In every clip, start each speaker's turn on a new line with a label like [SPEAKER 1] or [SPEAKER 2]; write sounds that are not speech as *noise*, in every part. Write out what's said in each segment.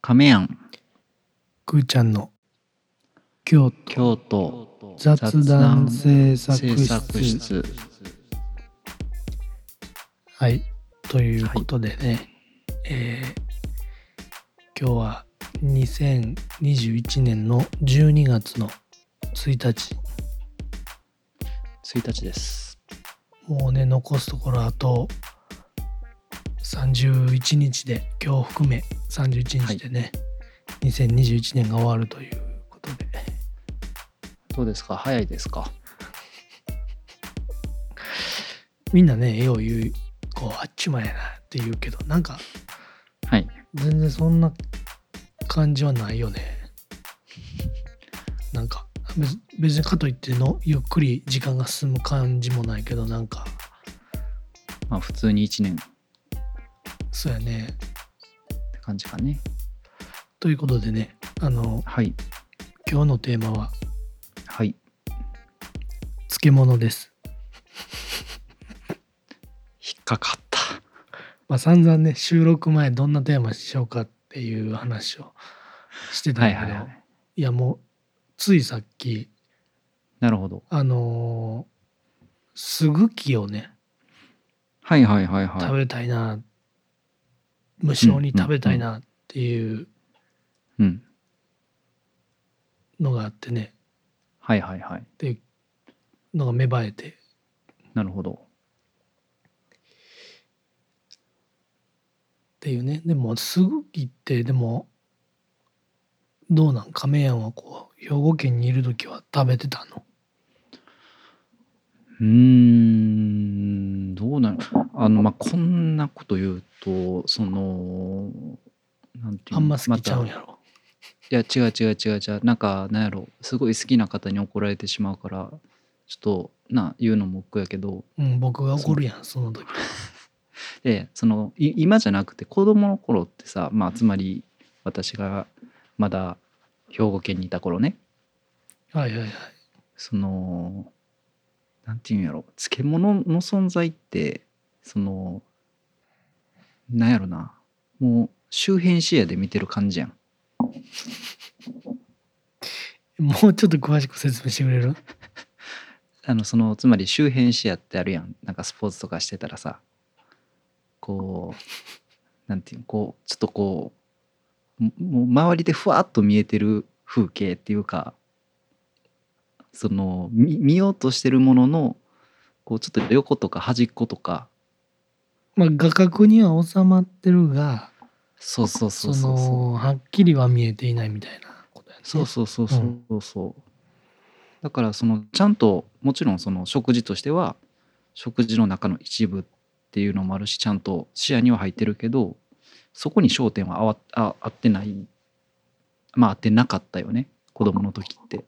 [SPEAKER 1] 亀庵
[SPEAKER 2] くーちゃんの京都
[SPEAKER 1] 京都
[SPEAKER 2] 雑談制作室
[SPEAKER 1] 制作室
[SPEAKER 2] はいということでね、えー今日は2021年の12月の1日
[SPEAKER 1] 1日です
[SPEAKER 2] もうね残すところあと31日で今日含め31日でね、2021年が終わるということで
[SPEAKER 1] どうですか早いですか
[SPEAKER 2] みんなね絵を言うこうあっちまやなって言うけどなんか
[SPEAKER 1] はい
[SPEAKER 2] 全然そんな感じはないよね。
[SPEAKER 1] *laughs*
[SPEAKER 2] なんか別別にかといってのゆっくり時間が進む感じもないけどなんか
[SPEAKER 1] まあ普通に1年って
[SPEAKER 2] そうやね。
[SPEAKER 1] 感じかね
[SPEAKER 2] ということでねあの
[SPEAKER 1] はい
[SPEAKER 2] 今日のテーマは
[SPEAKER 1] はい
[SPEAKER 2] 漬物です。
[SPEAKER 1] 引っかかった
[SPEAKER 2] まあ散々ね収録前どんなテーマしようかっていう話をしてた
[SPEAKER 1] は
[SPEAKER 2] ん
[SPEAKER 1] い
[SPEAKER 2] だ
[SPEAKER 1] は
[SPEAKER 2] け
[SPEAKER 1] い
[SPEAKER 2] ど、
[SPEAKER 1] はいい
[SPEAKER 2] やもうついさっき
[SPEAKER 1] なるほど
[SPEAKER 2] あのーすぐきをね
[SPEAKER 1] はいはいはいはい
[SPEAKER 2] 食べたいな、無性に食べたいなっていう
[SPEAKER 1] うん
[SPEAKER 2] のがあってね
[SPEAKER 1] はいはいはい
[SPEAKER 2] っていうのが芽生えて
[SPEAKER 1] なるほど
[SPEAKER 2] っていうねでもすぐきってでもどうなん亀やんはこう兵庫県にいる時は食べてたの
[SPEAKER 1] うーんどうなのあのまあこんなこと言うとそのなんていうの
[SPEAKER 2] あんま好きちゃうん
[SPEAKER 1] ま
[SPEAKER 2] やろ、
[SPEAKER 1] たいや違う違う違う違うなんかなんやろすごい好きな方に怒られてしまうからちょっとな言うのも億劫やけど
[SPEAKER 2] うん僕が怒るやんその時
[SPEAKER 1] でそのい今じゃなくて子供の頃ってさ、まあ、つまり私がまだ兵庫県にいた頃ね
[SPEAKER 2] はいはいはい
[SPEAKER 1] そのなんていうんやろ漬物の存在ってそのなんやろなもう周辺視野で見てる感じやん
[SPEAKER 2] もうちょっと詳しく説明してくれる
[SPEAKER 1] あのそのつまり周辺視野ってあるやんなんかスポーツとかしてたらさこうなんていうのこうちょっとこうももう周りでふわっと見えてる風景っていうかその見見ようとしてるもののこうちょっと横とか端っことか
[SPEAKER 2] まあ画角には収まってるが
[SPEAKER 1] そうそうそ
[SPEAKER 2] そう
[SPEAKER 1] そうそう
[SPEAKER 2] のはっきりは見えていないみたいなことやね
[SPEAKER 1] そうそうそうそう
[SPEAKER 2] うん
[SPEAKER 1] そうそう、だからそのちゃんともちろんその食事としては食事の中の一部っていうのもあるしちゃんと視野には入ってるけどそこに焦点は合わあ合ってないまあ合ってなかったよね子供の時って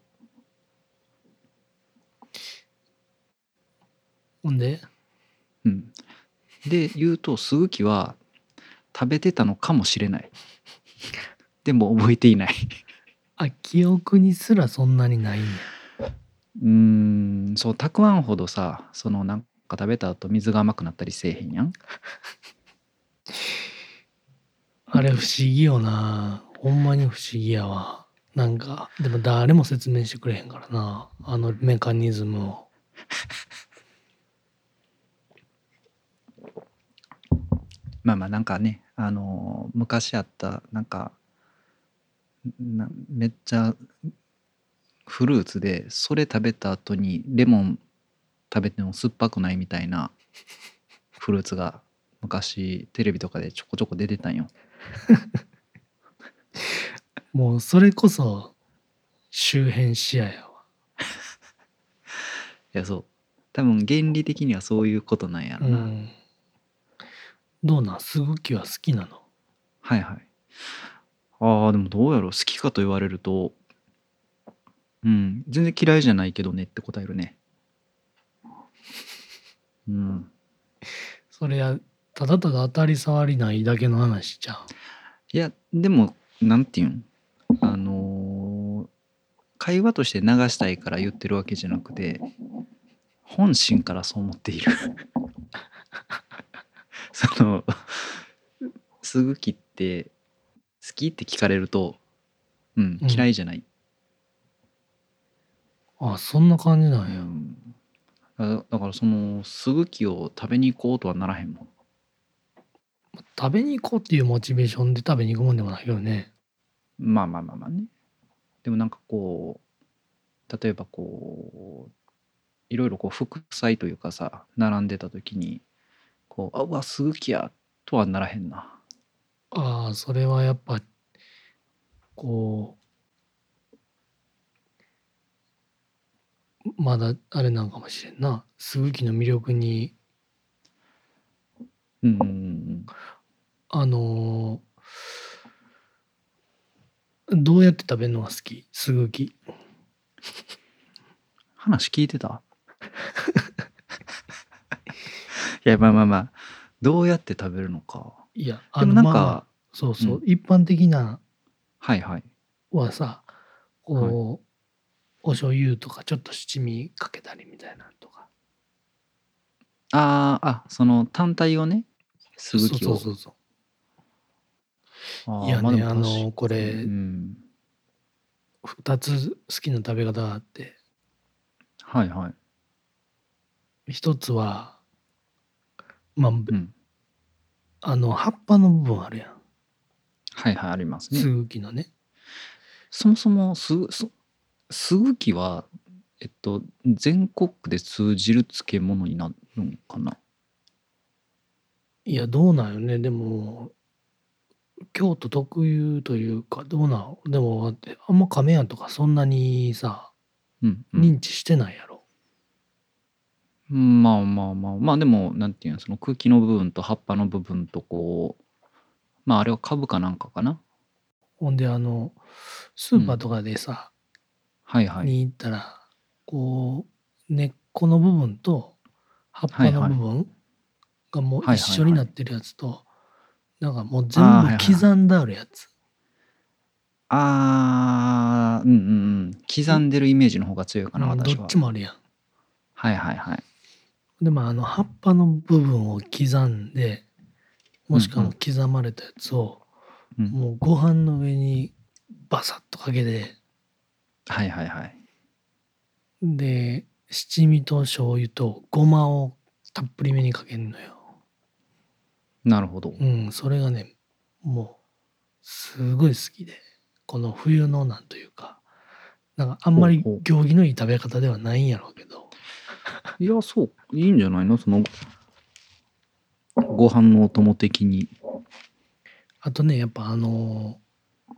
[SPEAKER 2] ほんで
[SPEAKER 1] うんで言うと鈴木は食べてたのかもしれないでも覚えていない
[SPEAKER 2] あ記憶にすらそんなにないんや
[SPEAKER 1] うーんそうたくあんほどさそのなんか食べた後水が甘くなったりせえへんやん
[SPEAKER 2] あれ不思議よなほんまに不思議やわなんかでも誰も説明してくれへんからなあのメカニズムを
[SPEAKER 1] まあまあなんかね、あのー昔あったなんかなめっちゃフルーツでそれ食べた後にレモン食べても酸っぱくないみたいなフルーツが昔テレビとかでちょこちょこ出てたんよ。
[SPEAKER 2] もうそれこそ周辺視野やわ
[SPEAKER 1] いやそう多分原理的にはそういうことなんや
[SPEAKER 2] う
[SPEAKER 1] ろな。
[SPEAKER 2] んどうなんすぐきは好きなの
[SPEAKER 1] はいはい。ああでもどうやろう好きかと言われるとうん全然嫌いじゃないけどねって答えるね。うん。
[SPEAKER 2] それはただただ当たり障りないだけの話じゃん
[SPEAKER 1] いやでもなんていうんあのー会話として流したいから言ってるわけじゃなくて本心からそう思っている *laughs* そのすぐきってきって聞かれると、うん、
[SPEAKER 2] うん
[SPEAKER 1] 嫌いじゃない。
[SPEAKER 2] あそんな感じな
[SPEAKER 1] うん
[SPEAKER 2] や、
[SPEAKER 1] んだだからそのすぐきを食べに行こうとはならへんもん。
[SPEAKER 2] 食べに行こうっていうモチベーションで食べに行くもんでもないよね
[SPEAKER 1] まあまあまあまあね。でもなんかこう例えばこういろいろこう副菜というかさ並んでた時にこう「あうわすぐきや」とはならへんな。
[SPEAKER 2] ああそれはやっぱこうまだあれなんかもしれんなすぐきの魅力に
[SPEAKER 1] うんうんうん
[SPEAKER 2] あのーどうやって食べるのが好きすぐき
[SPEAKER 1] 話聞いてた *laughs* いやまあまあまあどうやって食べるのか。
[SPEAKER 2] いやあ
[SPEAKER 1] で
[SPEAKER 2] の
[SPEAKER 1] もなんか、
[SPEAKER 2] まあそうそう、
[SPEAKER 1] う
[SPEAKER 2] 一般的な
[SPEAKER 1] はいはい。
[SPEAKER 2] はさこう、お醤油とかちょっと七味かけたりみたいなのとか
[SPEAKER 1] あーあその単体をねすぐきを。
[SPEAKER 2] そうそうそうそう
[SPEAKER 1] あー
[SPEAKER 2] いや
[SPEAKER 1] ま
[SPEAKER 2] ね
[SPEAKER 1] でも
[SPEAKER 2] あ
[SPEAKER 1] 確か
[SPEAKER 2] のこれ、
[SPEAKER 1] うん、
[SPEAKER 2] 2つ好きな食べ方があって
[SPEAKER 1] はいはい。
[SPEAKER 2] 1つはまあ、
[SPEAKER 1] うん、
[SPEAKER 2] あの葉っぱの部分あるやん
[SPEAKER 1] はいはいありますね。
[SPEAKER 2] すぐきのね
[SPEAKER 1] そもそもすぐすすぐきは、えっと、全国区で通じる漬物になるんかない
[SPEAKER 2] やどうなんよねでも京都特有というかどうなんでもだってあんま亀屋とかそんなにさ
[SPEAKER 1] うん、うん
[SPEAKER 2] 認知してないやろ、
[SPEAKER 1] うんまあまあまあまあでもなんていうのその空気の部分と葉っぱの部分とこうまああれは株かなんかかな
[SPEAKER 2] ほんであのスーパーとかでさ、
[SPEAKER 1] はいはい
[SPEAKER 2] に行ったらこう根っこの部分と葉っぱの部分がもう一緒になってるやつとなんかもう全
[SPEAKER 1] あーはいはい
[SPEAKER 2] 部刻んであるやつ
[SPEAKER 1] あーうんうんうん刻んでるイメージの方が強いかな
[SPEAKER 2] うんど
[SPEAKER 1] 私
[SPEAKER 2] っ
[SPEAKER 1] は
[SPEAKER 2] ちもあるや
[SPEAKER 1] はいはいはい
[SPEAKER 2] んでもあの葉っぱの部分を刻んでもしくはあの
[SPEAKER 1] うん
[SPEAKER 2] 刻まれたやつを
[SPEAKER 1] うん
[SPEAKER 2] もうご飯の上にバサッとかけて
[SPEAKER 1] はいはいはい
[SPEAKER 2] で七味と醤油とごまをたっぷりめにかけるのよ
[SPEAKER 1] なるほど
[SPEAKER 2] うん、それがね、もう、すごい好きで、この冬のなんというか、なんかあんまり
[SPEAKER 1] ほうほう
[SPEAKER 2] 行儀のいい食べ方ではないんやろうけど、
[SPEAKER 1] いやそういいんじゃないのそのご飯のお供的に
[SPEAKER 2] あとね、やっぱあのー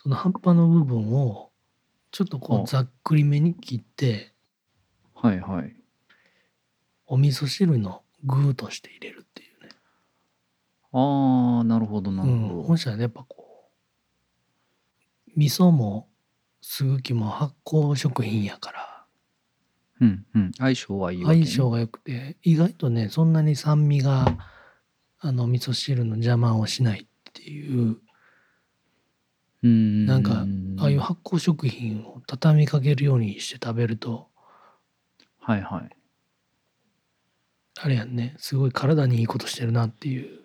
[SPEAKER 2] その葉っぱの部分を、ちょっとこ
[SPEAKER 1] あ
[SPEAKER 2] うざっくりめに切って、
[SPEAKER 1] はいはい
[SPEAKER 2] お味噌汁の具として入れるっていうね。
[SPEAKER 1] ああなるほどな
[SPEAKER 2] う
[SPEAKER 1] る
[SPEAKER 2] ん、
[SPEAKER 1] ほ
[SPEAKER 2] もしかしたらやっぱこう、味噌もすぐきも発酵食品やから、
[SPEAKER 1] どうんうん相性はいいわけね
[SPEAKER 2] 相性が良くて意外とねそんなに酸味があの味噌汁の邪魔をしないっていう
[SPEAKER 1] うん
[SPEAKER 2] なんかああいう発酵食品を畳みかけるようにして食べると
[SPEAKER 1] はいはい
[SPEAKER 2] あれやんねすごい体にいいことしてるなっていう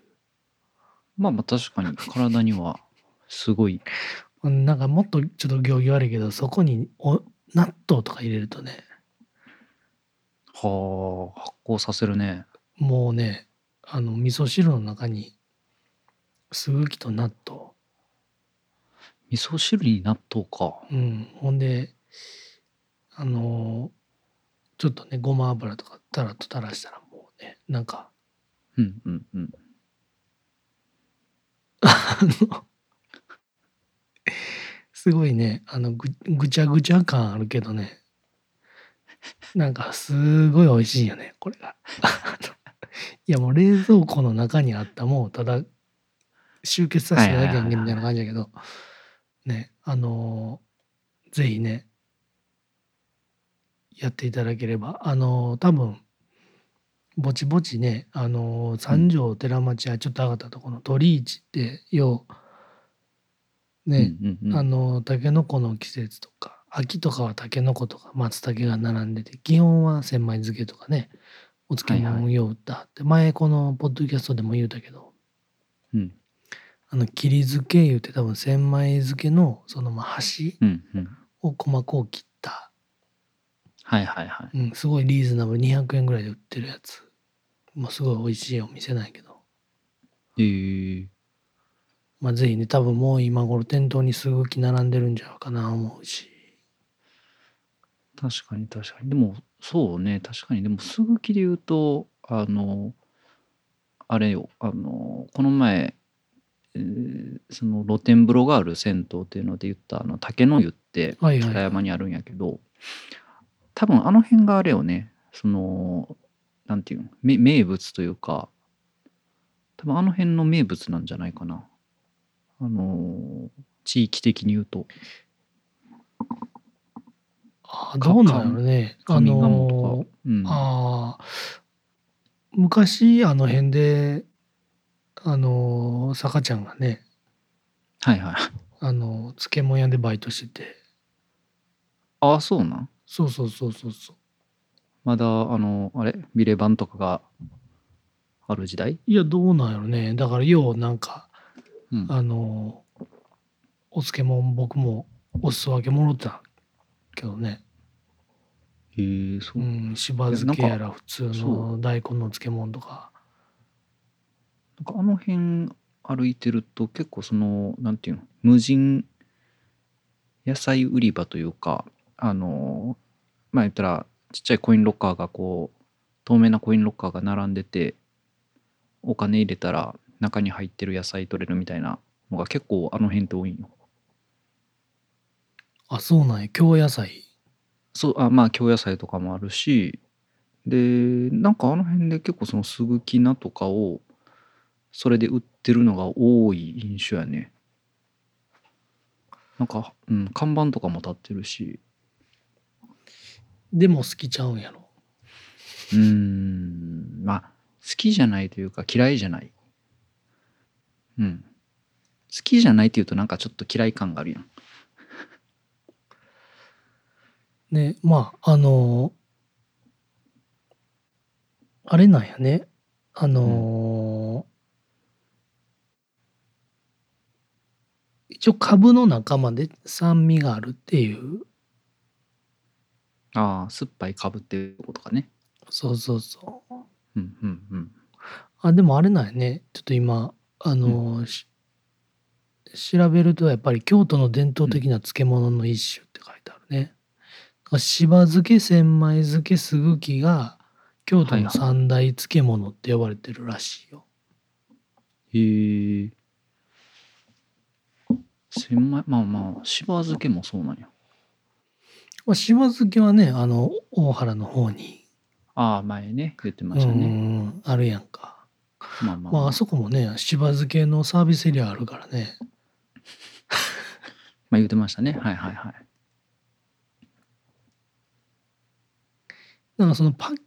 [SPEAKER 1] まあまあ確かに体にはすごい
[SPEAKER 2] うんなんかもっとちょっと行儀悪いけどそこにお納豆とか入れるとね
[SPEAKER 1] はあ発酵させるね
[SPEAKER 2] もうねあの味噌汁の中にすぐきと納豆
[SPEAKER 1] 味噌汁に納豆か
[SPEAKER 2] うん、ほんであのーちょっとねごま油とかたらっと垂らしたらもうねなんか
[SPEAKER 1] うんうんうん
[SPEAKER 2] あのすごいねあのぐぐちゃぐちゃ感あるけどねなんかすごい美味しいよねこれが。 *laughs* あのいやもう冷蔵庫の中にあったもうただ集結させただけやんけみたいな感じだけどねあのーぜひねやっていただければあのー多分ぼちぼちねあのー三条寺町やちょっと上がったところの鳥市ってようね、
[SPEAKER 1] うんうんうん
[SPEAKER 2] あのタケノコの季節とか秋とかはタケノコとか松茸が並んでて基本は千枚漬けとかねお漬
[SPEAKER 1] はいは
[SPEAKER 2] 物
[SPEAKER 1] い
[SPEAKER 2] 用打ったって、前このポッドキャストでも言うたけど
[SPEAKER 1] うん
[SPEAKER 2] あの切り漬け言うて多分千枚漬けのそのまあ端
[SPEAKER 1] うんうん
[SPEAKER 2] を細こう切った、
[SPEAKER 1] はいはいはい
[SPEAKER 2] うん、すごいリーズナブル200円ぐらいで売ってるやつもうすごい美味しいお店なんやけど、
[SPEAKER 1] えー、
[SPEAKER 2] まあ、ぜひね多分もう今頃店頭にすぐき並んでるんじゃうかな思うし
[SPEAKER 1] 確かに確かにでもそうね確かにでもすぐきで言うとあのあれよあのこの前、えーその露天風呂がある銭湯っていうので言ったあの竹の湯って
[SPEAKER 2] はいはい
[SPEAKER 1] 北山にあるんやけど、多分あの辺があれよねそのなんていうのめ名物というか多分あの辺の名物なんじゃないかなあの地域的に言うと
[SPEAKER 2] あどうなんやろねあ
[SPEAKER 1] 上賀茂とか、
[SPEAKER 2] の
[SPEAKER 1] うん、
[SPEAKER 2] あー昔あの辺であの坂ちゃんがね
[SPEAKER 1] はいはい
[SPEAKER 2] あの漬物屋でバイトしてて
[SPEAKER 1] ああそうなん
[SPEAKER 2] そうそうそうそうそう
[SPEAKER 1] まだあのあれビレ版とかがある時代、
[SPEAKER 2] いやどうなんやろねだからようなんか
[SPEAKER 1] うん、
[SPEAKER 2] あのお漬物僕もおす分けもろったけどね、
[SPEAKER 1] へえそうう、なん
[SPEAKER 2] ん、しば漬けやら普通
[SPEAKER 1] そ
[SPEAKER 2] の大根の漬物とか
[SPEAKER 1] かあの辺歩いてると結構そのなんていうの無人野菜売り場というかあのまあ言ったらちっちゃいコインロッカーがこう透明なコインロッカーが並んでてお金入れたら中に入ってる野菜取れるみたいなのが結構あの辺って多いんよ
[SPEAKER 2] あそうなんや京野菜
[SPEAKER 1] そうあまあ京野菜とかもあるしでなんかあの辺で結構そのすぐき菜とかをそれで売ってるのが多い印象やねなんか、うん、看板とかも立ってるし
[SPEAKER 2] でも好きちゃうんやろ
[SPEAKER 1] うーんまあ好きじゃないというか嫌いじゃないうん好きじゃないっていうとなんかちょっと嫌い感があるやん
[SPEAKER 2] ねまああのあれなんやねあの、一応株の仲間で酸味があるっていう
[SPEAKER 1] ああ酸っぱいかぶってることかね
[SPEAKER 2] そうそうそう
[SPEAKER 1] うんうんうん
[SPEAKER 2] あでもあれなんやねちょっと今あの、し調べるとやっぱり京都の伝統的な漬物の一種って書いてあるね、しば漬け千枚漬けすぐきが京都
[SPEAKER 1] はい
[SPEAKER 2] の
[SPEAKER 1] はい
[SPEAKER 2] 三大漬物って呼ばれてるらしいよ、
[SPEAKER 1] へえ。千枚まあまあしば漬けもそうなんや。
[SPEAKER 2] まあ、しば漬けはねあの大原の方に、
[SPEAKER 1] ああ前ね言ってま
[SPEAKER 2] う
[SPEAKER 1] したね。
[SPEAKER 2] んあるやんか
[SPEAKER 1] まあまあ。
[SPEAKER 2] まああそこもねしば漬けのサービスエリアあるからね
[SPEAKER 1] まあ言ってましたね。はいはいはい。
[SPEAKER 2] なんかそのパッ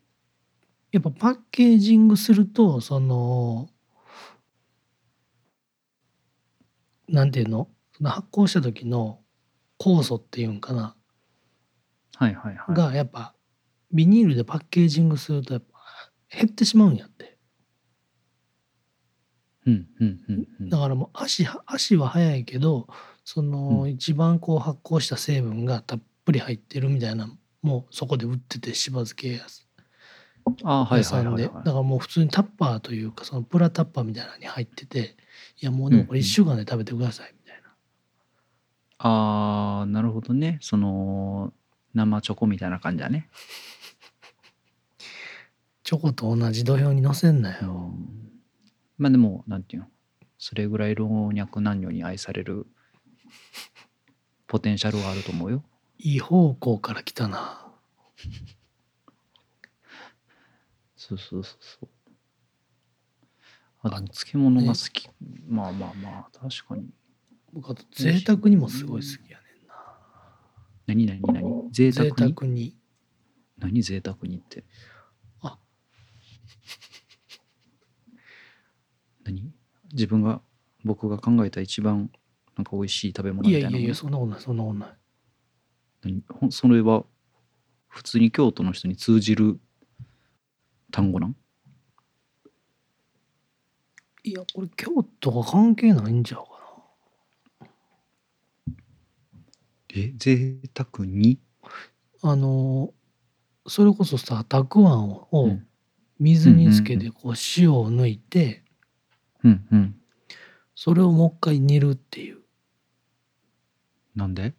[SPEAKER 2] やっぱパッケージングするとそのなんていうのその発酵した時の酵素っていうんかな、
[SPEAKER 1] はいはいはい。
[SPEAKER 2] がやっぱビニールでパッケージングするとやっぱ減ってしまうんやって
[SPEAKER 1] うんうんうんうん。
[SPEAKER 2] だからもう足は足は早いけどその、
[SPEAKER 1] う
[SPEAKER 2] 一番こう発酵した成分がたっぷり入ってるみたいなもうそこで売っててしば漬けやつ
[SPEAKER 1] ああはい
[SPEAKER 2] 屋
[SPEAKER 1] は
[SPEAKER 2] さ
[SPEAKER 1] い
[SPEAKER 2] ん
[SPEAKER 1] はい
[SPEAKER 2] で、
[SPEAKER 1] は
[SPEAKER 2] だからもう普通にタッパーというかそのプラタッパーみたいなのに入ってていやもうでもこれ
[SPEAKER 1] うんうん
[SPEAKER 2] 1週間で食べてくださいみたいな、
[SPEAKER 1] い。ああなるほどね。その生チョコみたいな感じだね。
[SPEAKER 2] チョコと同じ土俵に乗せんな
[SPEAKER 1] う
[SPEAKER 2] よ、
[SPEAKER 1] んまあでもなんていうのそれぐらい老若男女に愛されるポテンシャルはあると思うよ。
[SPEAKER 2] いい方向から来たな
[SPEAKER 1] そうそうそうそう。あ、でも漬物が好き。まあまあまあ、確かに。
[SPEAKER 2] 僕あと贅沢にもすごい好きやねんな
[SPEAKER 1] 何何何贅沢
[SPEAKER 2] 贅
[SPEAKER 1] に
[SPEAKER 2] 沢に
[SPEAKER 1] 何贅沢にって。
[SPEAKER 2] あ
[SPEAKER 1] *laughs* 何自分が、僕が考えた一番なんか美味しい食べ物
[SPEAKER 2] い
[SPEAKER 1] みた
[SPEAKER 2] や
[SPEAKER 1] い
[SPEAKER 2] い
[SPEAKER 1] な
[SPEAKER 2] や
[SPEAKER 1] の
[SPEAKER 2] いやそんなことないそんなことない
[SPEAKER 1] 何ほんそれは普通に京都の人に通じる単語なん
[SPEAKER 2] いやこれ京都は関係ないんちゃうかな
[SPEAKER 1] え、贅沢に
[SPEAKER 2] あのそれこそさたくあん
[SPEAKER 1] う
[SPEAKER 2] を
[SPEAKER 1] ん
[SPEAKER 2] 水につけてこう塩を抜いて
[SPEAKER 1] うんうん。
[SPEAKER 2] それをもう一回煮るっていう *laughs*
[SPEAKER 1] なんで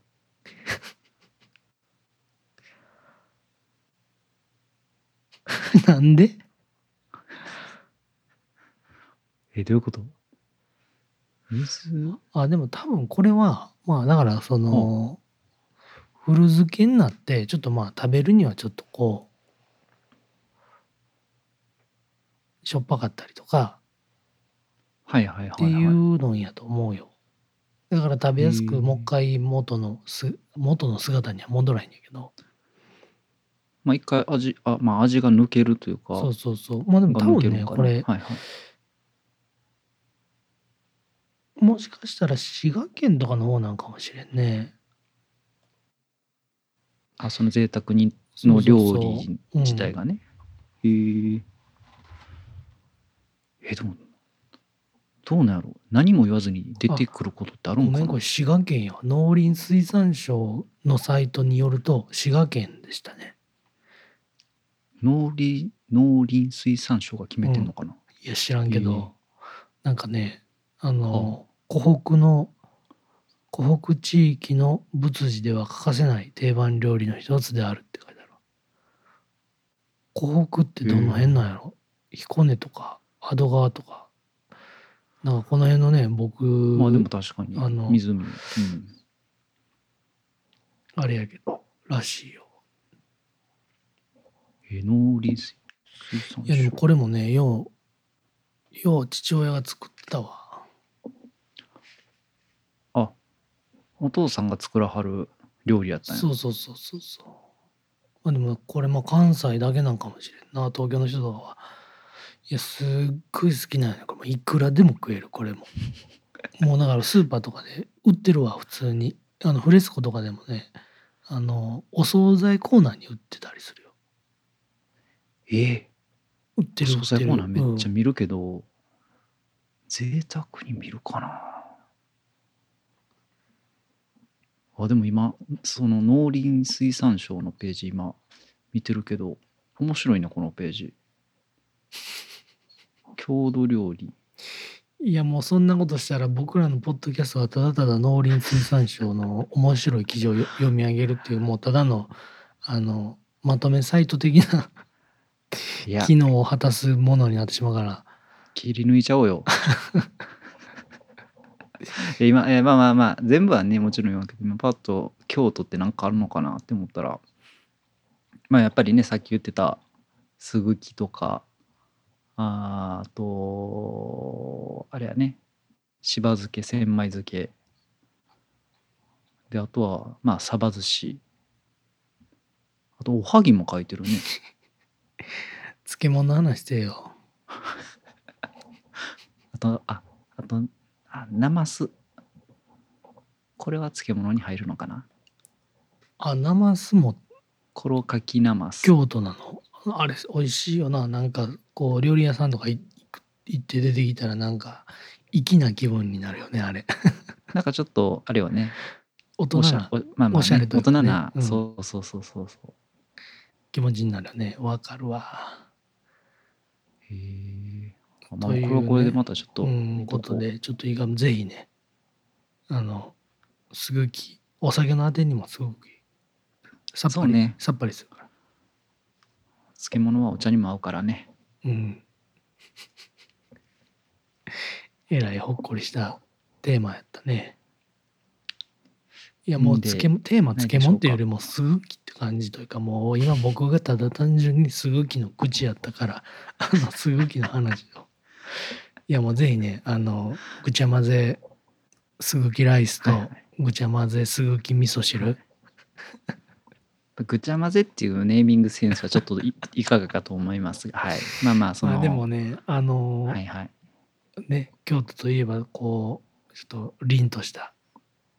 [SPEAKER 2] なんで
[SPEAKER 1] え、どういうこと水を
[SPEAKER 2] あでも多分これはまあだからその古漬けになってちょっとまあ食べるにはちょっとこうしょっぱかったりとか
[SPEAKER 1] はいはいは
[SPEAKER 2] って
[SPEAKER 1] い、
[SPEAKER 2] い
[SPEAKER 1] は
[SPEAKER 2] うのやと思うよだから食べやす
[SPEAKER 1] へえ
[SPEAKER 2] くもう一回元のす元の姿には戻らへんやけど
[SPEAKER 1] い。まあ一回味、あ、まあ味が抜けるというか。
[SPEAKER 2] そうそうそうまあでも
[SPEAKER 1] が
[SPEAKER 2] 多
[SPEAKER 1] 抜け
[SPEAKER 2] 分
[SPEAKER 1] る
[SPEAKER 2] ね
[SPEAKER 1] のか
[SPEAKER 2] こ
[SPEAKER 1] な
[SPEAKER 2] れ
[SPEAKER 1] はいはい。
[SPEAKER 2] もしかしたら滋賀県とかの方なんかもしれんね
[SPEAKER 1] あ、その贅沢にの料理自体
[SPEAKER 2] が
[SPEAKER 1] がね。へええ、でも、どうなんやろう何も言わずに出てくることってある
[SPEAKER 2] ご
[SPEAKER 1] ん
[SPEAKER 2] め
[SPEAKER 1] か
[SPEAKER 2] んこ
[SPEAKER 1] な
[SPEAKER 2] れ滋賀県や農林水産省のサイトによると滋賀県でしたね
[SPEAKER 1] 農林、農林水産省が決めてんのかな、
[SPEAKER 2] いや知らんけど、
[SPEAKER 1] へえ
[SPEAKER 2] なんかねあの、湖北の湖北地域の仏事では欠かせない定番料理の一つであるって書いてあるわ湖北ってどの辺なんやろ、彦根とか阿戸川とかなんかこの辺のね僕、
[SPEAKER 1] まあでも確かに。
[SPEAKER 2] あの
[SPEAKER 1] 湖。うん。
[SPEAKER 2] あれやけどらしいよ
[SPEAKER 1] え、農林水産
[SPEAKER 2] いやでも
[SPEAKER 1] 省。
[SPEAKER 2] これもねようよう父親が作ってたわ
[SPEAKER 1] あ、お父さんが作らはる料理やったんや。
[SPEAKER 2] そうそうそうそうそうまあでもこれまあ関西だけなんかもしれんな東京の人とかはいやすっごい好きなんやねこれもういくらでも食えるこれももうだからスーパーとかで売ってるわ普通にあのフレスコとかでもねあのお惣菜コーナーに売ってたりするよ
[SPEAKER 1] ええ
[SPEAKER 2] 売ってる売
[SPEAKER 1] 惣
[SPEAKER 2] っ
[SPEAKER 1] 菜
[SPEAKER 2] てる
[SPEAKER 1] コーナーめっちゃ
[SPEAKER 2] うん
[SPEAKER 1] 見るけど、贅沢に見るかなあでも今その農林水産省のページ今見てるけど面白いねこのペー
[SPEAKER 2] *laughs*
[SPEAKER 1] ジ郷土料理
[SPEAKER 2] いやもうそんなことしたら僕らのポッドキャストはただただ農林水産省の面白い記事をよ読み上げるっていうもうただのあのまとめサイト的ない
[SPEAKER 1] や
[SPEAKER 2] 機能を果たすものになってしまうから
[SPEAKER 1] 切り抜いちゃおうよいや今えまあまあまあ全部はねもちろん言わんけど今パッと京都ってなんかあるのかなって思ったらまあやっぱりねさっき言ってたすぐきとかあーあとあれやねしば漬け千枚漬けであとはまあさば寿司あとおはぎも書いてるね
[SPEAKER 2] 漬物の話してよ
[SPEAKER 1] あと、あ、あと、あ、ナマス。これは漬物に入るのかな
[SPEAKER 2] あナマスも
[SPEAKER 1] コロカキナマス。
[SPEAKER 2] 京都なのあれ美味しいよななんかこう料理屋さんとかい行って出てきたらなんか粋な気分になるよねあれ
[SPEAKER 1] なんかちょっと、あれよね。
[SPEAKER 2] 大人
[SPEAKER 1] おしゃ
[SPEAKER 2] な
[SPEAKER 1] おまあまあね、
[SPEAKER 2] おしゃれと
[SPEAKER 1] 大
[SPEAKER 2] いうか
[SPEAKER 1] 人
[SPEAKER 2] ね
[SPEAKER 1] な、
[SPEAKER 2] うん
[SPEAKER 1] そうそうそうそうそう。
[SPEAKER 2] 気持ちになるよねわかるわ
[SPEAKER 1] へえ。まあ、こ
[SPEAKER 2] というね
[SPEAKER 1] れはこれでまたちょっと、
[SPEAKER 2] うん、ことでちょっといいかもぜひねあのすぐきお酒のあてにもすごくいいさっ
[SPEAKER 1] そ
[SPEAKER 2] ぱ
[SPEAKER 1] う
[SPEAKER 2] り、
[SPEAKER 1] ね
[SPEAKER 2] さっぱりするから
[SPEAKER 1] 漬物はお茶にも合うからね。
[SPEAKER 2] うんえらいほっこりしたテーマやったねいやもう
[SPEAKER 1] で
[SPEAKER 2] つけもテーマ
[SPEAKER 1] ないでしょうか
[SPEAKER 2] 漬物っていうよりもすぐきって感じというかもう今僕がただ単純にすぐきの口やったから *laughs* あのすぐきの話をいやもうぜひねあのぐちゃ混ぜすぐきライスと
[SPEAKER 1] はいはい
[SPEAKER 2] ぐちゃ混ぜすぐき味噌汁、
[SPEAKER 1] ぐちゃ混ぜっていうネーミングセンスはちょっとい *laughs* いかがかと思いますが、はい。まあまあ、その、
[SPEAKER 2] まあでもねあの、
[SPEAKER 1] はいはい。
[SPEAKER 2] ね京都といえばこうちょっと凛とした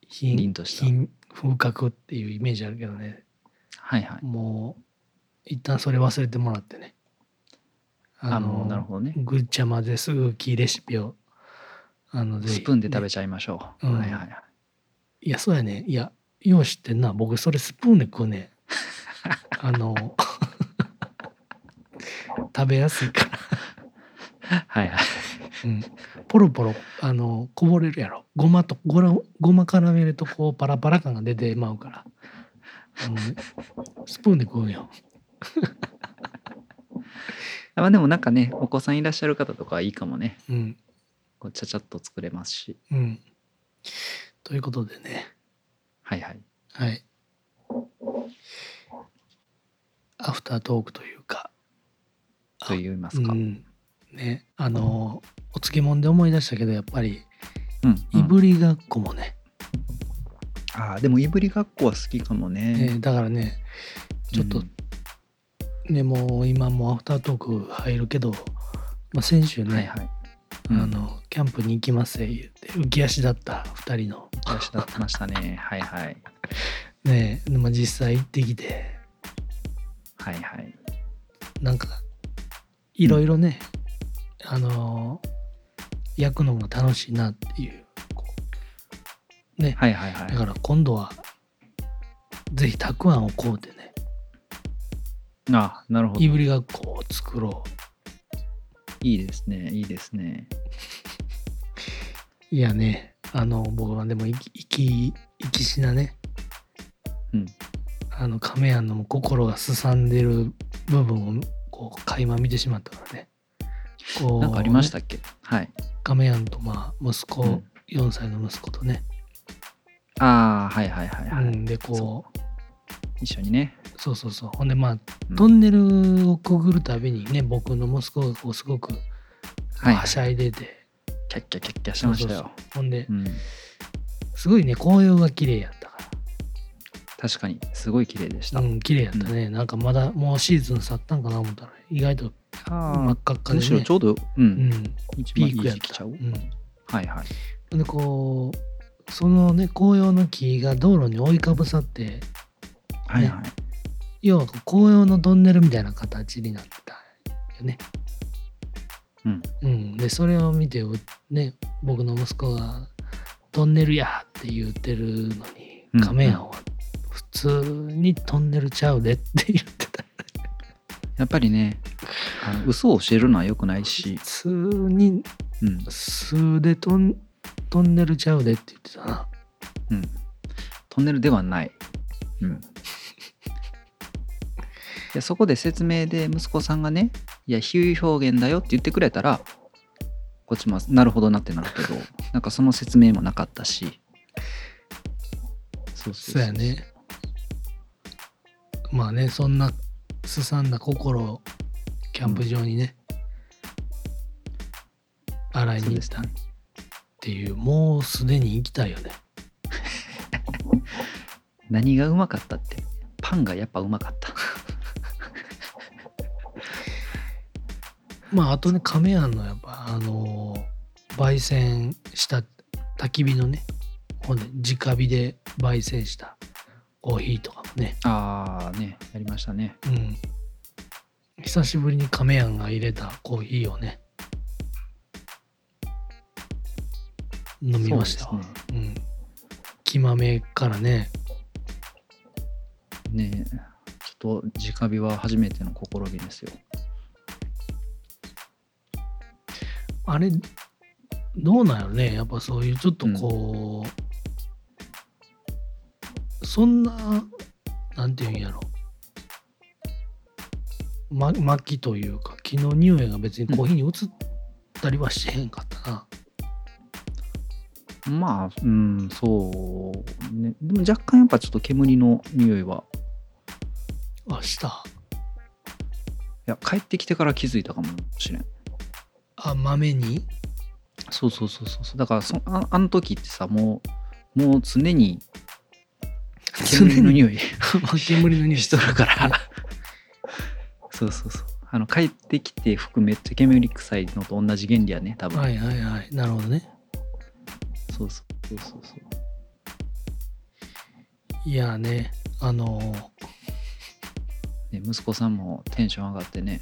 [SPEAKER 2] 品
[SPEAKER 1] 凛とした
[SPEAKER 2] 品風格っていうイメージあるけどね
[SPEAKER 1] はいはい。
[SPEAKER 2] もう一旦それ忘れてもらってね
[SPEAKER 1] あのなるほどね
[SPEAKER 2] ぐっちゃ混ぜすぐきレシピをあの
[SPEAKER 1] スプーンで食べ
[SPEAKER 2] ち
[SPEAKER 1] ちゃいましょう、
[SPEAKER 2] うん
[SPEAKER 1] はいはいはい
[SPEAKER 2] いやそうやねいやよう知ってんな僕それスプーンで食うね
[SPEAKER 1] *laughs*
[SPEAKER 2] あの食べやすいから、
[SPEAKER 1] はいはい
[SPEAKER 2] うん、ポロポロあのこぼれるやろごまとごらごま絡めるとこうパラパラ感が出てまうからあのスプーンで食うんよ
[SPEAKER 1] まあでもなんかねお子さんいらっしゃる方とかはいいかもね
[SPEAKER 2] うん
[SPEAKER 1] こうちゃちゃっと作れますし
[SPEAKER 2] うんということでね
[SPEAKER 1] はいはい
[SPEAKER 2] はいアフタートークというか
[SPEAKER 1] と言いますか、
[SPEAKER 2] う
[SPEAKER 1] うん
[SPEAKER 2] ん、ねあのお漬物で思い出したけどやっぱり
[SPEAKER 1] うん
[SPEAKER 2] いぶりがっこもね、
[SPEAKER 1] ああでもいぶりがっこは好きかもね、
[SPEAKER 2] えーだからねちょっと
[SPEAKER 1] うん
[SPEAKER 2] ねもう今もうアフタートーク入るけど、まあ、先週ね、
[SPEAKER 1] はいはい
[SPEAKER 2] あのキャンプに行きますって言って浮き足だった2人の
[SPEAKER 1] 出しだってましたねはいはい
[SPEAKER 2] ねえ、まあ、実際行ってきて
[SPEAKER 1] はいはい
[SPEAKER 2] なんかいろいろね、あの焼くのが楽しいなっていうこうね、
[SPEAKER 1] はいはいはい
[SPEAKER 2] だから今度はぜひたくあんを買うてね
[SPEAKER 1] あなるほど
[SPEAKER 2] い
[SPEAKER 1] い
[SPEAKER 2] ぶりがっこを作ろう
[SPEAKER 1] いですねいいですね
[SPEAKER 2] いやねあの僕はでも生き生き生きしなね
[SPEAKER 1] うん
[SPEAKER 2] あの亀庵のも心がすさんでる部分をこう垣間見てしまったからねこう
[SPEAKER 1] なんかありましたっけはい
[SPEAKER 2] 亀庵とまあ息子、
[SPEAKER 1] うん
[SPEAKER 2] 4歳の息子とね、
[SPEAKER 1] ああはいはいはいはい、
[SPEAKER 2] うん、でこう
[SPEAKER 1] 一緒にね
[SPEAKER 2] そうそうそうほんでまあ
[SPEAKER 1] うん
[SPEAKER 2] トンネルをくぐるたびにね僕の息子がこうすごく
[SPEAKER 1] はい
[SPEAKER 2] はしゃいでて、
[SPEAKER 1] キャッキャキャッキャしてました
[SPEAKER 2] そう
[SPEAKER 1] よ
[SPEAKER 2] そうそうほんで
[SPEAKER 1] うん
[SPEAKER 2] すごいね紅葉が綺麗やったか
[SPEAKER 1] 確かにすごい綺麗でした、
[SPEAKER 2] らうん綺麗やったね、なんかまだもうシーズン去ったんかな思ったら意外と真
[SPEAKER 1] あ
[SPEAKER 2] っ赤っ
[SPEAKER 1] あ
[SPEAKER 2] かで、
[SPEAKER 1] む
[SPEAKER 2] ね、
[SPEAKER 1] しろちょうどうん、
[SPEAKER 2] うん、
[SPEAKER 1] 一
[SPEAKER 2] ピ
[SPEAKER 1] 番いい
[SPEAKER 2] ークやっ
[SPEAKER 1] 時期ち
[SPEAKER 2] た
[SPEAKER 1] ゃう、
[SPEAKER 2] うん
[SPEAKER 1] はいはい
[SPEAKER 2] でこうそのね紅葉の木が道路に覆いかぶさって
[SPEAKER 1] はいはい、
[SPEAKER 2] 要はこう紅葉のトンネルみたいな形になったよね。
[SPEAKER 1] うん、
[SPEAKER 2] うん、でそれを見て、ね、僕の息子が「トンネルや!」って言ってるのに
[SPEAKER 1] うん
[SPEAKER 2] 亀屋は普通に「トンネルちゃうで」って言ってた。
[SPEAKER 1] やっぱりねあの嘘を教えるのは良くないし
[SPEAKER 2] 普、通に
[SPEAKER 1] うん
[SPEAKER 2] 「数でトントンネルちゃうで」って言ってたな。
[SPEAKER 1] うん、トンネルではない、うん、 *laughs* いやそこで説明で息子さんがねいや比喩表現だよって言ってくれたらこっちもなるほどなってなるけどなんかその説明もなかったしそう
[SPEAKER 2] そうやね。まあね、そんなすさんだ心をキャンプ場にね、洗い
[SPEAKER 1] そう
[SPEAKER 2] に行
[SPEAKER 1] で
[SPEAKER 2] っ
[SPEAKER 1] す
[SPEAKER 2] たっ
[SPEAKER 1] ね
[SPEAKER 2] ていう、もうすでに行きたいよね。
[SPEAKER 1] 何がうまかったってパンがやっぱうまかった
[SPEAKER 2] まあ、あとね、亀庵のやっぱ、あのー焙煎した焚き火のね、ほんで、直火で焙煎したコーヒーとかもね、
[SPEAKER 1] ああねやりましたね
[SPEAKER 2] うん。久しぶりに亀庵が入れたコーヒーをね、飲みましたわ。
[SPEAKER 1] そううですね
[SPEAKER 2] ん。木豆からね、
[SPEAKER 1] ねえちょっと直火は初めての試みですよ
[SPEAKER 2] あれ、どうなんやろね。やっぱそういうちょっとこう、そんな、なんていうんやろ。ま、薪というか、木の匂いが別にコーヒーに移ったりはしてへんかったな。
[SPEAKER 1] まあ、うん、そう、ね。でも若干やっぱちょっと煙の匂いは、
[SPEAKER 2] あ、した。
[SPEAKER 1] いや、帰ってきてから気づいたかもしれん。
[SPEAKER 2] あ、豆に
[SPEAKER 1] そうそうそうそうそう。だからそあ、あの時ってさ、もう、もう常に煙 *laughs* の匂い
[SPEAKER 2] 煙の匂い
[SPEAKER 1] しとるから。そうそうそう。あの、帰ってきて服めっちゃ煙臭いのと同じ原理やね、多分。
[SPEAKER 2] はいはいはいなるほどね
[SPEAKER 1] そうそうそうそうそう。
[SPEAKER 2] いやーねあのー
[SPEAKER 1] ね、息子さんもテンション上がってね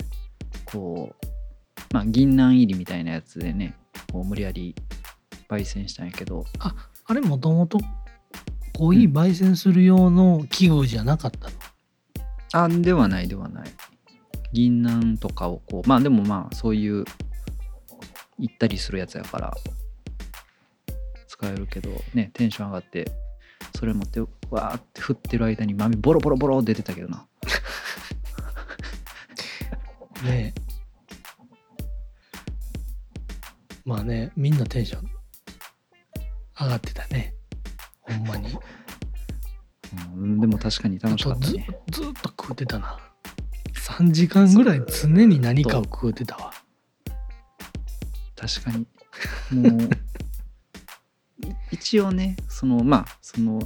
[SPEAKER 1] こうまあ、銀杏入りみたいなやつでねこう無理やり焙煎したんやけど
[SPEAKER 2] あれもともとコーヒー焙煎する用の器具じゃなかったの、
[SPEAKER 1] あではないではない銀杏とかをこうまあでもまあそういう行ったりするやつやから使えるけどねテンション上がってそれ持ってわーって振ってる間に豆ボロボロボロ出てたけどな
[SPEAKER 2] ねえまあねみんなテンション上がってたねほんまに
[SPEAKER 1] うん、でも確かに楽しかったね。
[SPEAKER 2] ずっと食うてたな3時間ぐらい常に何かを食うてたわ
[SPEAKER 1] 確かに。もう、一応ね、その、まあ、その、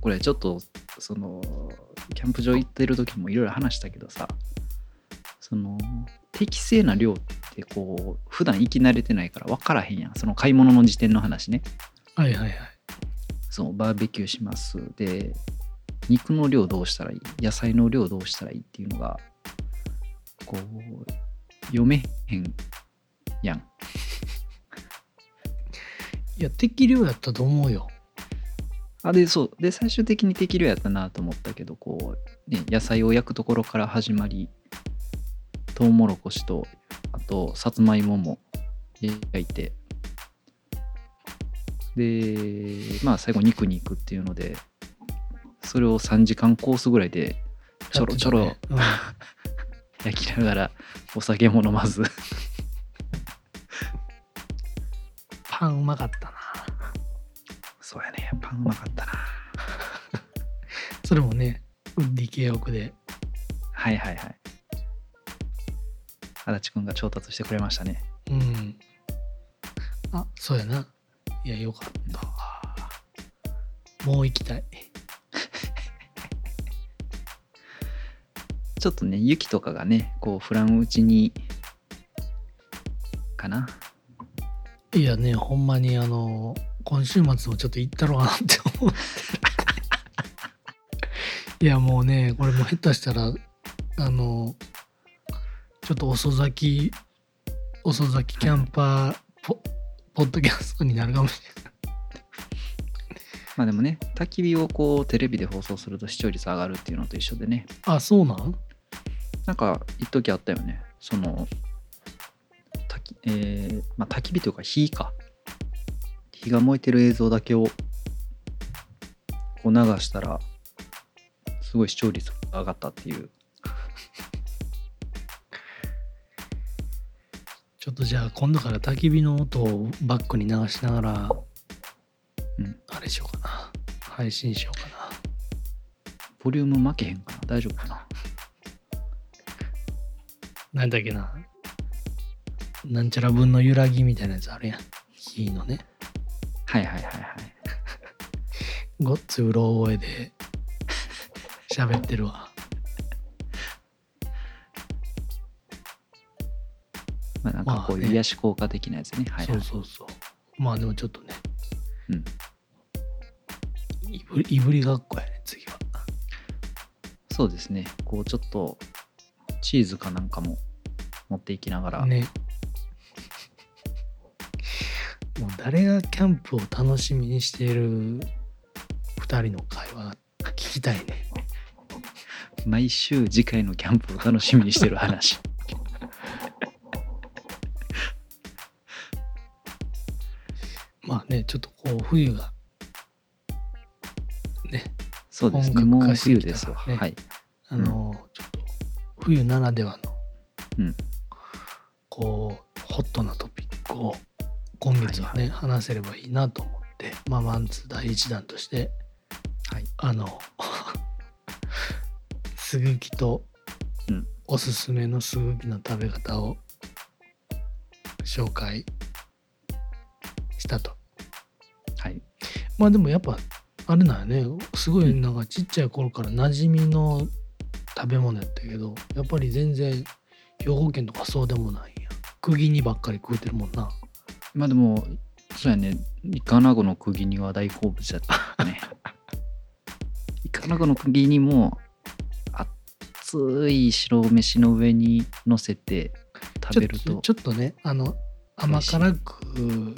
[SPEAKER 1] これちょっと、その、キャンプ場行ってる時もいろいろ話したけどさ、その、適正な量ってこう、普段生き慣れてないから分からへんやん。その買い物の時点の話ね。
[SPEAKER 2] はいはいはい
[SPEAKER 1] そう、バーベキューします。で、肉の量どうしたらいい野菜の量どうしたらいいっていうのが、こう、読めへんやん。
[SPEAKER 2] いや適量やったと思うよ
[SPEAKER 1] あでそうで最終的に適量やったなと思ったけどこう、ね、野菜を焼くところから始まりトウモロコシとあとさつまいもも焼いてでまあ最後肉に行くっていうのでそれを3時間コースぐらいでちょろちょ
[SPEAKER 2] や
[SPEAKER 1] ろ
[SPEAKER 2] ってたね
[SPEAKER 1] 焼きながらお酒も飲まず
[SPEAKER 2] うんパンうまかったな
[SPEAKER 1] *laughs* そうやねパンうまかったな
[SPEAKER 2] それもねウッディ系北で
[SPEAKER 1] はいはいはい足立くんが調達してくれましたね
[SPEAKER 2] うんあそうやないやよかったわもう行きたい
[SPEAKER 1] ちょっとね、雪とかがね、こう、降らんうちに、かな。
[SPEAKER 2] いやねほんまにあの今週末もちょっと行ったろうかなって思ってい *laughs* やもうねこれもう下手したらあのちょっと遅咲き遅咲きキャンパーポポッドキャストになるかもし
[SPEAKER 1] まあでもね、焚き火をこう、テレビで放送すると視聴率上がるっていうのと一緒でね、
[SPEAKER 2] れないあそうなん
[SPEAKER 1] なんか、一時あったよね。その、焚き、えー、まあ焚き火というか火か。火が燃えてる映像だけを、こう流したら、すごい視聴率が上がったっていう。
[SPEAKER 2] ちょっとじゃあ今度から焚き火の音をバックに流しながら、
[SPEAKER 1] うん
[SPEAKER 2] あれしようかな配信しようか
[SPEAKER 1] ボリューム負けへんかな大丈夫かな
[SPEAKER 2] ななんだっけななんちゃら分の揺らぎみたいなやつあるやん火のね
[SPEAKER 1] はいはいはいはい。
[SPEAKER 2] ごっつうろ覚えで喋ってるわ
[SPEAKER 1] まあなんかこう、
[SPEAKER 2] まあね
[SPEAKER 1] 癒し効果的なやつね。はい、はい。
[SPEAKER 2] そうそうそうまあでもちょっとね
[SPEAKER 1] うん
[SPEAKER 2] いぶいぶりがっこやね次は
[SPEAKER 1] そうですね。こうちょっとチーズかなんかも持っていきながら、
[SPEAKER 2] ね。もう誰がキャンプを楽しみにしている2人の会話聞きたいね。
[SPEAKER 1] 毎週次回のキャンプを楽しみにしてる話。
[SPEAKER 2] *laughs* まあね、ちょっとこう冬がね、
[SPEAKER 1] そうですね。
[SPEAKER 2] 本
[SPEAKER 1] も
[SPEAKER 2] 格
[SPEAKER 1] う
[SPEAKER 2] 化して
[SPEAKER 1] 冬
[SPEAKER 2] きた
[SPEAKER 1] ですわ。
[SPEAKER 2] ね
[SPEAKER 1] はい。
[SPEAKER 2] あの、ちょっと冬ならではの、
[SPEAKER 1] うん
[SPEAKER 2] こうホットなトピックを今月はね、話せればいいなと思って、まあマンツー第一弾として、
[SPEAKER 1] はい
[SPEAKER 2] あの *laughs* すぐきと
[SPEAKER 1] うん
[SPEAKER 2] おすすめのすぐきの食べ方を紹介したと。
[SPEAKER 1] はい。
[SPEAKER 2] まあでもやっぱあれなんやねすごいなんかちっちゃい頃から馴染みの食べ物やったけどやっぱり全然兵庫県とかそうでもないんや釘にばっかり食うてるもんな
[SPEAKER 1] まあでも、そうやね。イカナゴの釘には大好物だった
[SPEAKER 2] *laughs*
[SPEAKER 1] ね。イカナゴの釘にも熱い白飯の上に乗せて食べると
[SPEAKER 2] ちょっとねあの甘辛く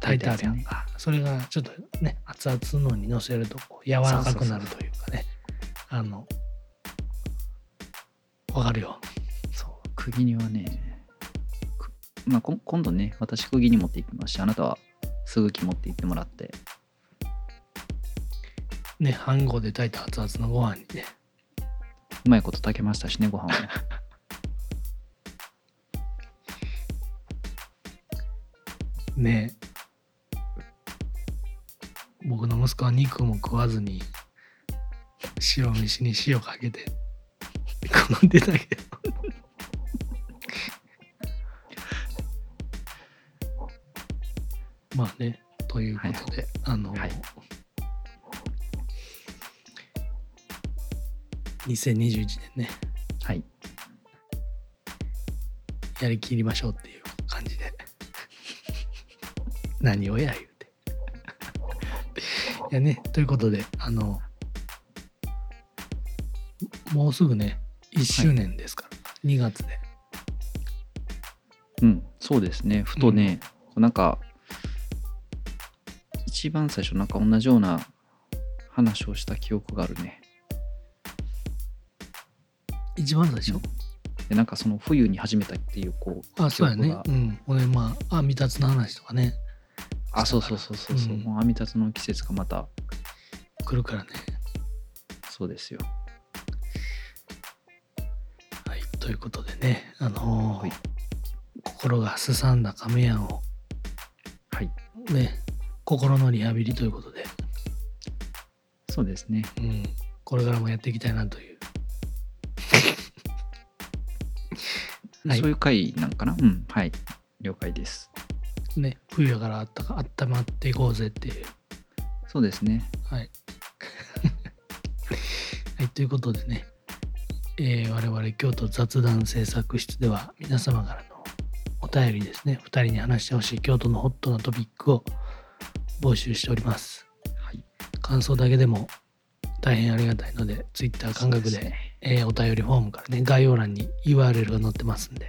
[SPEAKER 2] 炊いてあるやんか、それがちょっとね熱々のにのせるとこう柔らかくなるというかねあのわかるよ
[SPEAKER 1] そう釘にはね、くまあ、こん今度ね私釘に持って行きましたあなたはすぐき持って行ってもらって
[SPEAKER 2] ね飯盒で炊いた熱々のご飯にね
[SPEAKER 1] うまいこと炊けましたしねご飯を
[SPEAKER 2] *laughs* ね僕の息子は肉も食わずに塩飯に塩かけて食ってたけど *laughs* まあねということで、あの、
[SPEAKER 1] はい
[SPEAKER 2] 2021年ね
[SPEAKER 1] はい
[SPEAKER 2] やりきりましょうっていう感じで *laughs* 何をや言うていやねということであのもうすぐね1周年ですから、2月で
[SPEAKER 1] うんそうですねふとね、こうなんか一番最初なんか同じような話をした記憶があるね
[SPEAKER 2] 一番最初、
[SPEAKER 1] でなんかその冬に始めたっていうこう
[SPEAKER 2] あそうや
[SPEAKER 1] 記
[SPEAKER 2] ね
[SPEAKER 1] 憶が
[SPEAKER 2] うん俺まああ未達の話とかね
[SPEAKER 1] あそうそうそうそうそう、
[SPEAKER 2] うん
[SPEAKER 1] もうアミタツの季節がまた
[SPEAKER 2] 来るからね
[SPEAKER 1] そうですよ
[SPEAKER 2] はいということでねあのー
[SPEAKER 1] はい
[SPEAKER 2] 心がすさんだ亀屋を
[SPEAKER 1] はい
[SPEAKER 2] ね心のリハビリということで
[SPEAKER 1] そうですね
[SPEAKER 2] うん、これからもやっていきたいなという。 *laughs* はい
[SPEAKER 1] そういう回なんかなうん、はい。了解です。
[SPEAKER 2] ね、冬やからあったか、あったまっていこうぜっていう。
[SPEAKER 1] そうですね。
[SPEAKER 2] はい。 *laughs* はい、ということでね、えー我々京都雑談制作室では皆様からのお便りですね、2人に話してほしい京都のホットなトピックを募集しております。
[SPEAKER 1] はい。
[SPEAKER 2] 感想だけでも大変ありがたいので、Twitter 感覚
[SPEAKER 1] そう
[SPEAKER 2] で
[SPEAKER 1] ね。
[SPEAKER 2] えーお便りフォームからね概要欄に URL が載ってますんで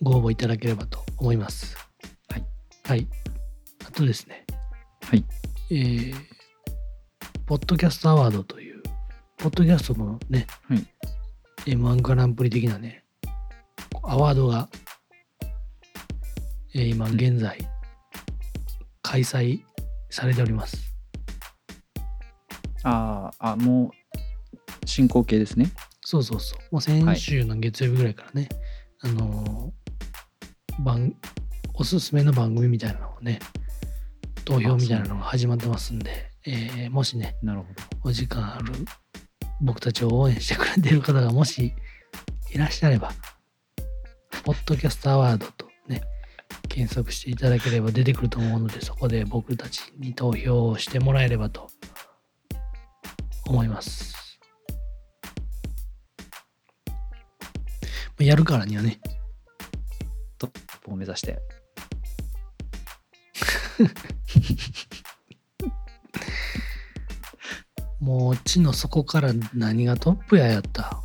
[SPEAKER 2] ご応募いただければと思います
[SPEAKER 1] はい、
[SPEAKER 2] はい、あとですね
[SPEAKER 1] はい
[SPEAKER 2] えーポッドキャストアワードというポッドキャストのね、
[SPEAKER 1] はい、
[SPEAKER 2] m 1グランプリ的なねアワードが、えー今
[SPEAKER 1] うん
[SPEAKER 2] 現在開催されております、
[SPEAKER 1] あーあ、もう進行形ですね。
[SPEAKER 2] そうそうそう。もう先週の月曜日ぐらいからね、あのー番、おすすめの番組みたいなのをね、投票みたいなのが始まってますんで、えーもしね、
[SPEAKER 1] なるほど。
[SPEAKER 2] お時間ある僕たちを応援してくれている方がもしいらっしゃれば、ポッドキャストアワードとね、検索していただければ出てくると思うので、そこで僕たちに投票をしてもらえればと思います。やるからにはね、
[SPEAKER 1] トップを目指して。
[SPEAKER 2] もう地の底から何がトップやや
[SPEAKER 1] *laughs*
[SPEAKER 2] った。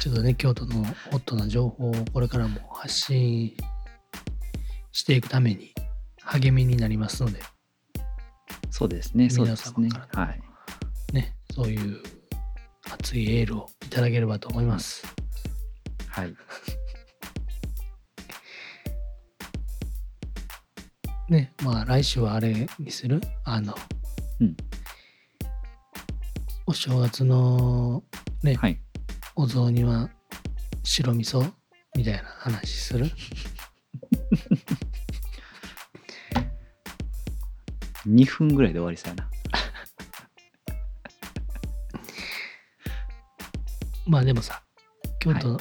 [SPEAKER 2] ちょっとね、京都のホットな情報をこれからも発信していくために励みになりますので、
[SPEAKER 1] そうですね。そうですね
[SPEAKER 2] 皆様か。
[SPEAKER 1] はい。
[SPEAKER 2] ね、そういう熱いエールをいただければと思います。
[SPEAKER 1] はい。
[SPEAKER 2] ね、まあ来週はあれにするあの、
[SPEAKER 1] うん
[SPEAKER 2] お正月のね、
[SPEAKER 1] はい。
[SPEAKER 2] お雑煮は白味噌みたいな話する
[SPEAKER 1] 2分ぐらいで終わりそうやな。
[SPEAKER 2] まあでもさ京都、
[SPEAKER 1] は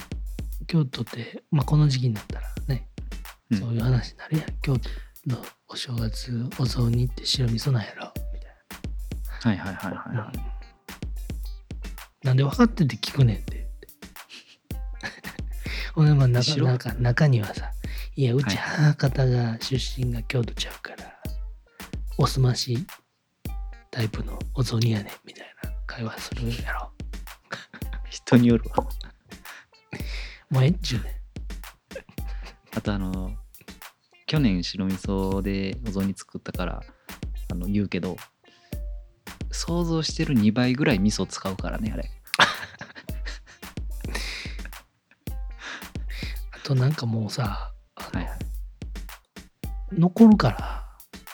[SPEAKER 2] 京都って、まあ、この時期になったらね、
[SPEAKER 1] うん
[SPEAKER 2] そういう話になるやん京都のお正月お雑煮って白味噌なんやろみた
[SPEAKER 1] は
[SPEAKER 2] い
[SPEAKER 1] いはいはいはい
[SPEAKER 2] な、
[SPEAKER 1] はい。
[SPEAKER 2] なんで分かってて聞くねんって言って *laughs* ほんでまあ中
[SPEAKER 1] 白
[SPEAKER 2] 中中にはさいやう
[SPEAKER 1] はい
[SPEAKER 2] ち母方が出身が京都ちゃうから、おすましタイプのお雑煮やねんみたいな会話するやろ
[SPEAKER 1] 人によるわ
[SPEAKER 2] まあ、えっちゅうね。
[SPEAKER 1] あとあの去年白味噌でお雑煮作ったからあの言うけど想像してる2倍ぐらい味噌使うからねあれ
[SPEAKER 2] あとなんかもうさ、あの
[SPEAKER 1] はいはい
[SPEAKER 2] 残るから、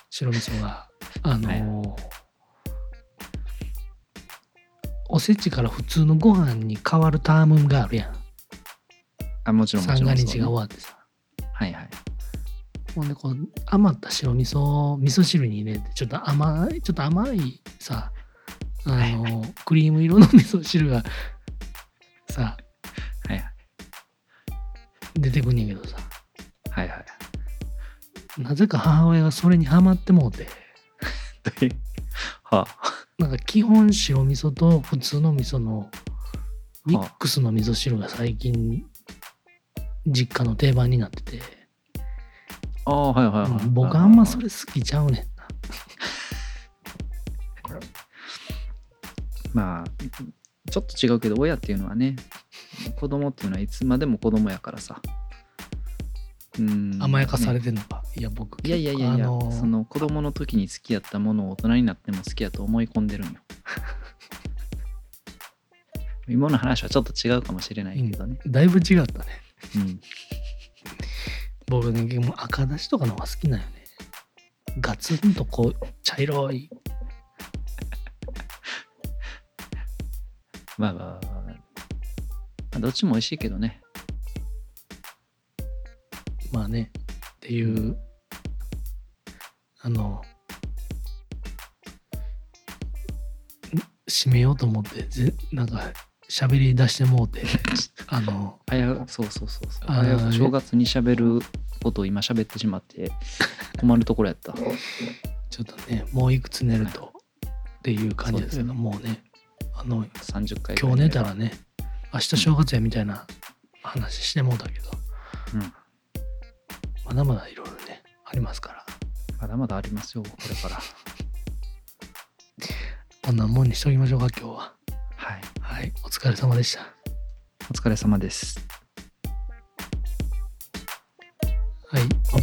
[SPEAKER 2] 白味噌が。あのおせちから普通のご飯に変わるタームがあるやん。
[SPEAKER 1] あもちろんもち
[SPEAKER 2] 三
[SPEAKER 1] ろ
[SPEAKER 2] が
[SPEAKER 1] ん
[SPEAKER 2] 日が終
[SPEAKER 1] そうね
[SPEAKER 2] わってさ。
[SPEAKER 1] はいはい
[SPEAKER 2] ほんでこう余った白味噌を味噌汁に入れてちょっと甘いちょっと甘いさあのクリーム色の味噌汁がさ
[SPEAKER 1] はいはい
[SPEAKER 2] 出てくんねんけどさ
[SPEAKER 1] はいはい
[SPEAKER 2] なぜか母親がそれにハマってもうて
[SPEAKER 1] ではあ
[SPEAKER 2] なんか基本白味噌と普通の味噌のミックスの味噌汁が最近実家の定番になってて、
[SPEAKER 1] ああはいはいはい
[SPEAKER 2] うん僕あんまそれ好きちゃうねんな
[SPEAKER 1] まあちょっと違うけど親っていうのはね子供っていうのはいつまでも子供やからさうん
[SPEAKER 2] 甘やかされ
[SPEAKER 1] ね
[SPEAKER 2] てんのか、いや僕
[SPEAKER 1] いやいやいやいや、
[SPEAKER 2] あの
[SPEAKER 1] その子供の時に好きやったものを大人になっても好きやと思い込んでるんよ今の話はちょっと違うかもしれないけどね、
[SPEAKER 2] だいぶ違ったね
[SPEAKER 1] うん、
[SPEAKER 2] 僕ねもう赤だしとかの方が好きなんよねガツンとこう茶色い
[SPEAKER 1] まあまあまあまあどっちも美味しいけどね
[SPEAKER 2] まあねっていうあのん締めようと思ってぜなんか喋り出しても
[SPEAKER 1] *laughs*
[SPEAKER 2] うてあの
[SPEAKER 1] あやそうそうそうそう
[SPEAKER 2] あー
[SPEAKER 1] あや正月にしゃべることを今しゃべってしまって困るところやった
[SPEAKER 2] ちょっとねもういくつ寝ると、っていう感じですけ
[SPEAKER 1] そうですね
[SPEAKER 2] どもうねあの
[SPEAKER 1] 30回ぐ
[SPEAKER 2] 今
[SPEAKER 1] い
[SPEAKER 2] 日寝たらね明日正月やみたいな話してもうたけど、
[SPEAKER 1] うん
[SPEAKER 2] まだまだいろいろねありますから
[SPEAKER 1] まだまだありますよこれから
[SPEAKER 2] こんなもんにしときましょうか今日は
[SPEAKER 1] はい
[SPEAKER 2] はいお疲れ様でした
[SPEAKER 1] お疲れ様です
[SPEAKER 2] はい